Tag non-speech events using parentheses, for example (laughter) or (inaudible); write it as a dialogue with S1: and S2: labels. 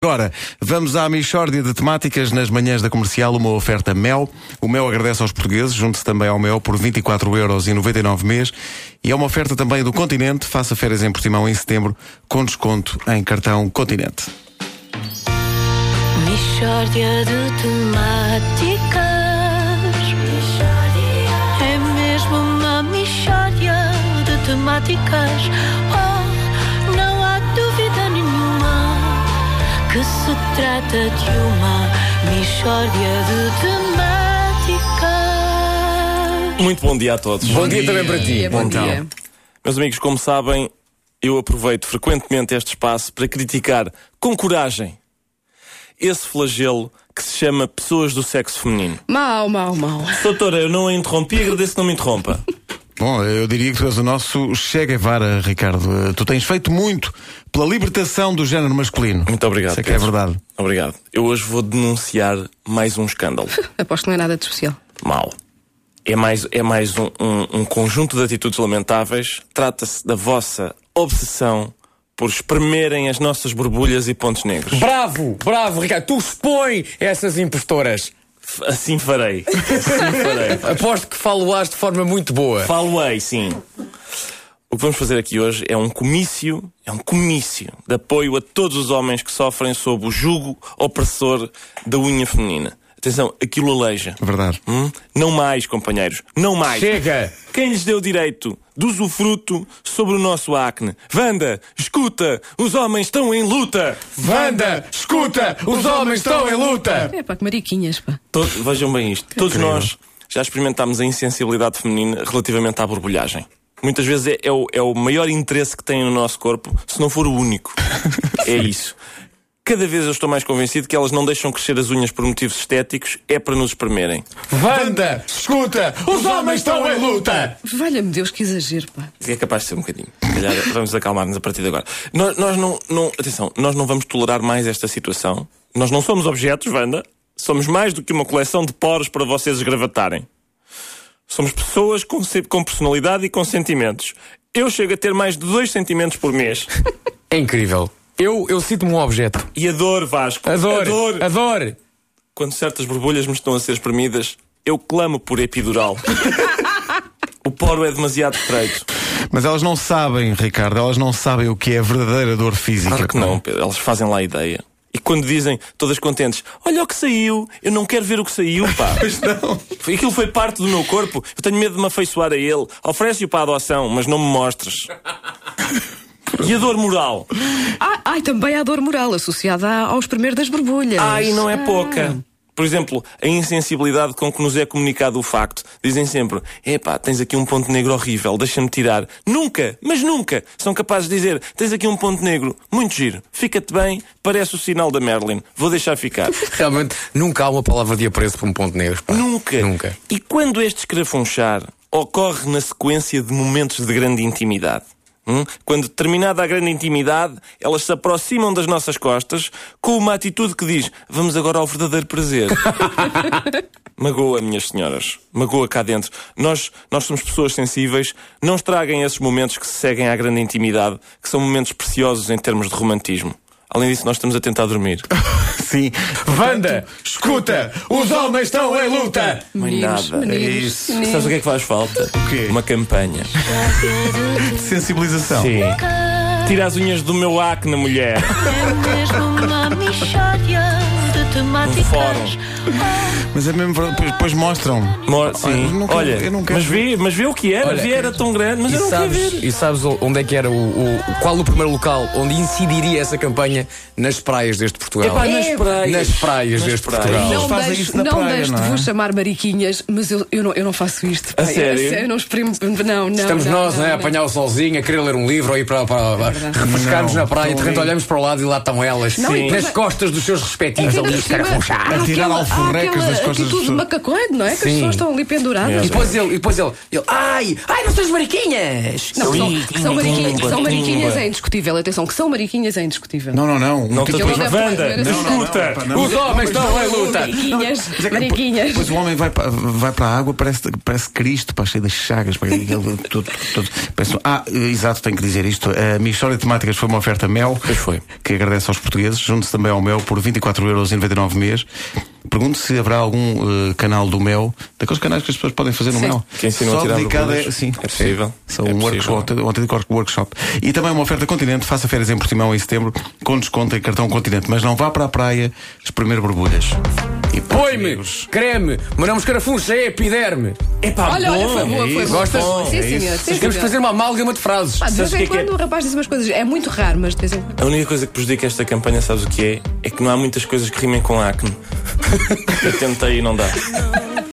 S1: Agora, vamos à Michórdia de Temáticas nas manhãs da comercial, uma oferta Mel. O Mel agradece aos portugueses, junte-se também ao Mel por 24,99€ mês. E é uma oferta também do Continente, faça férias em Portimão em setembro, com desconto em cartão Continente.
S2: Mistória de temáticas. É mesmo uma mistória de temáticas. Oh, não há dúvida nenhuma que se trata de uma mistória de temáticas.
S3: Muito bom dia a todos.
S4: Bom dia também para ti.
S1: Bom dia.
S3: Meus amigos, como sabem, eu aproveito frequentemente este espaço para criticar com coragem esse flagelo que se chama pessoas do sexo feminino.
S4: Mal, mal, mal.
S3: Doutora, eu não a interrompi, agradeço que não me interrompa.
S1: Bom, eu diria que tu és o nosso Che Guevara, Ricardo. Eh, Tu tens feito muito pela libertação do género masculino.
S3: Muito obrigado.
S1: Isso é que é
S3: Pedro.
S1: verdade.
S3: Obrigado. Eu hoje vou denunciar mais um (laughs) escândalo.
S4: Aposto que não é nada de especial.
S3: Mal. É mais, é mais um, um- um conjunto de atitudes lamentáveis. Trata-se da vossa obsessão por espremerem as nossas borbulhas e pontos negros.
S5: Bravo, bravo, Ricardo. Tu expõe essas impostoras.
S3: F- Assim farei. Assim farei.
S5: Aposto que falo-ás de forma muito boa.
S3: Falway, sim. O que vamos fazer aqui hoje é um comício, é um comício de apoio a todos os homens que sofrem sob o jugo opressor da unha feminina. Atenção, aquilo aleija.
S1: é Verdade.
S3: Hum? Não mais, companheiros, não mais.
S5: Chega!
S3: Quem lhes deu direito de usufruto sobre o nosso acne? Vanda, escuta, os homens estão em luta.
S5: Vanda, escuta, os homens estão em luta.
S4: É pá, que mariquinhas, pá.
S3: To- vejam bem isto. Todos nós já experimentámos a insensibilidade feminina relativamente à borbulhagem. Muitas vezes é, é o, é o maior interesse que tem no nosso corpo, se não for o único. é isso. Cada vez eu estou mais convencido que elas não deixam crescer as unhas por motivos estéticos, é para nos espremerem.
S5: Vanda, escuta, os homens estão em luta.
S4: Valha-me Deus, que exagero, pá.
S3: É capaz de ser um bocadinho. Se calhar vamos acalmar-nos a partir de agora. Nós, nós não, não- Atenção, nós não vamos tolerar mais esta situação. Nós não somos objetos, Wanda. Somos mais do que uma coleção de poros para vocês esgravatarem. Somos pessoas com, se- com personalidade e com sentimentos. Eu chego a ter mais de dois sentimentos por mês.
S5: É incrível. Eu, eu sinto-me um objeto.
S3: E a dor, Vasco.
S5: Adoro, adoro.
S3: Quando certas borbulhas me estão a ser espremidas, eu clamo por
S5: (laughs)
S3: epidural. o poro é demasiado estreito.
S1: Mas elas não sabem, Ricardo, elas não sabem o que é a verdadeira dor física.
S3: Claro que não, Pedro. Elas fazem lá a ideia. E quando dizem, todas contentes, olha o que saiu, eu não quero ver o que saiu, pá.
S1: (laughs) Pois não.
S3: Foi- Aquilo foi parte do meu corpo, eu tenho medo de me afeiçoar a ele. Oferece-o para a adoção, mas não me mostres.
S1: (laughs)
S3: E a dor moral?
S4: Ah, ai, também há dor moral associada a- aos primeiros das borbulhas.
S3: Ai, não é
S4: Ah.
S3: pouca. Por exemplo, a insensibilidade com que nos é comunicado o facto. Dizem sempre: epá, tens aqui um ponto negro horrível, deixa-me tirar. Nunca, mas nunca, são capazes de dizer: tens aqui um ponto negro, muito giro, fica-te bem, parece o sinal da Merlin, vou deixar ficar.
S5: Realmente, nunca há uma palavra de apreço para um ponto negro. pá.
S3: Nunca.
S5: Nunca.
S3: E quando este escrafunchar ocorre na sequência de momentos de grande intimidade? hum? Quando terminada a grande intimidade, elas se aproximam das nossas costas com uma atitude que diz: Vamos agora ao verdadeiro
S5: (laughs)
S3: prazer. Magoa, minhas senhoras. Magoa cá dentro. Nós, nós somos pessoas sensíveis. Não estraguem esses momentos que se seguem à grande intimidade, que são momentos preciosos em termos de romantismo. Além disso, nós estamos a tentar dormir.
S1: (laughs) Sim.
S5: Vanda, escuta, os homens estão em luta.
S3: Mais
S4: Meninos,
S3: nada.
S4: meninos,
S3: é isso. Sabes o que é que faz falta?
S1: quê?
S3: Uma campanha.
S1: Sensibilização.
S3: Tira as unhas do meu acne, mulher.
S2: É mesmo uma mistória de temáticas.
S1: Mas é mesmo verdade, depois, depois mostram.
S3: Mor- sim.
S1: não quero-
S3: Olha,
S1: eu não quero
S3: mas vi, mas vê o que era.
S5: Olha,
S3: vi era tão grande, mas
S5: E
S3: eu não
S5: sabes,
S3: queria ver.
S5: e sabes onde é que era o, o- Qual o primeiro local onde incidiria essa campanha? Nas praias deste Portugal.
S3: Epá, nas praias.
S5: Nas praias deste
S3: praias.
S5: Portugal.
S1: Eles
S4: Não
S1: fazem
S4: deixo,
S1: isso na
S4: não
S1: praia,
S4: deixo
S1: não
S4: de
S1: é?
S4: vos chamar mariquinhas, mas eu, eu, não, eu não faço isto. pá.
S3: A sério?
S4: Eu, eu não exprimo. Não, não.
S5: Estamos
S4: não,
S5: nós,
S4: não,
S5: né, a
S4: não.
S5: apanhar o solzinho, a querer ler um livro ou ir para,
S4: É
S5: para, para refrescarmos
S1: Não,
S5: na praia, e de
S1: estão
S5: repente
S1: ali.
S5: olhamos para o lado e lá estão elas,
S4: Não, e
S5: nas
S4: depois-
S5: costas dos seus respectivos
S4: É que
S5: ali
S4: por cima,
S1: carafunchar.
S4: há
S1: Atirar
S4: aquela-
S1: alforrecas
S4: há aquela
S1: das costas das
S4: atitude
S1: pessoas.
S4: macacoide, não é? Que as
S5: Sim.
S4: pessoas estão ali penduradas.
S5: E depois ele, e depois ele, ele, ai, ai, não são as mariquinhas!
S4: Não, que são,
S3: Sim,
S4: que são
S3: timba,
S4: mariquinhas, que são
S3: timba,
S4: mariquinhas
S3: timba.
S4: é indiscutível. Atenção, que são mariquinhas é indiscutível.
S1: Não, não, não.
S3: Não
S1: Um
S3: te
S1: tipo-
S4: Aquilo não deve
S3: Wanda,
S4: fazer assim.
S3: escuta!
S1: Não, é não, não,
S5: Os homens estão em luta!
S4: Mariquinhas,
S1: Mas é que
S4: mariquinhas.
S1: Depois o homem vai para, vai para a água, parece, parece Cristo, para cheio das chagas. Para aquele, (laughs) tudo, tudo. Penso, ah, eh, exato, tenho que dizer isto. Eh, A Michória de Temáticas foi uma oferta Mel,
S3: Pois foi.
S1: que agradece aos portugueses. Junte-se também ao Mel por 24,99€ mês. Pergunto se haverá algum eh, canal do Mel, daqueles canais que as pessoas podem fazer no
S4: Sim.
S1: Mel.
S3: Que ensinam
S1: Só
S3: a tirar
S1: dedicado
S3: borbulhas.
S1: a- sim.
S3: É possível.
S1: São
S3: É
S1: um
S3: possível.
S1: workshop, um autêntico workshop. E também uma oferta Continente, faça férias em Portimão em setembro, com desconto em cartão Continente. Mas não vá para a praia espremer borbulhas. E pô,
S5: Põe-me,
S1: amigos,
S5: creme, mas não me escarafuncha, é epiderme.
S3: Epá,
S4: Olha, olha,
S3: bom.
S4: foi boa, foi
S5: Tá é isso,
S4: boa.
S5: gostas?
S4: Sim,
S1: É
S4: senhor.
S1: isso.
S4: Sim,
S5: Temos de
S4: senhor.
S5: fazer uma amálgama de frases.
S4: Pá, de
S3: Sabes o
S4: vez
S3: que
S4: em
S3: é que é?
S4: quando o rapaz diz umas coisas. É muito raro, mas de vez em quando.
S3: A única coisa que prejudica esta (laughs) campanha, sabes o que é? É que não há muitas coisas que rimem com acne. Eu tentei e não dá.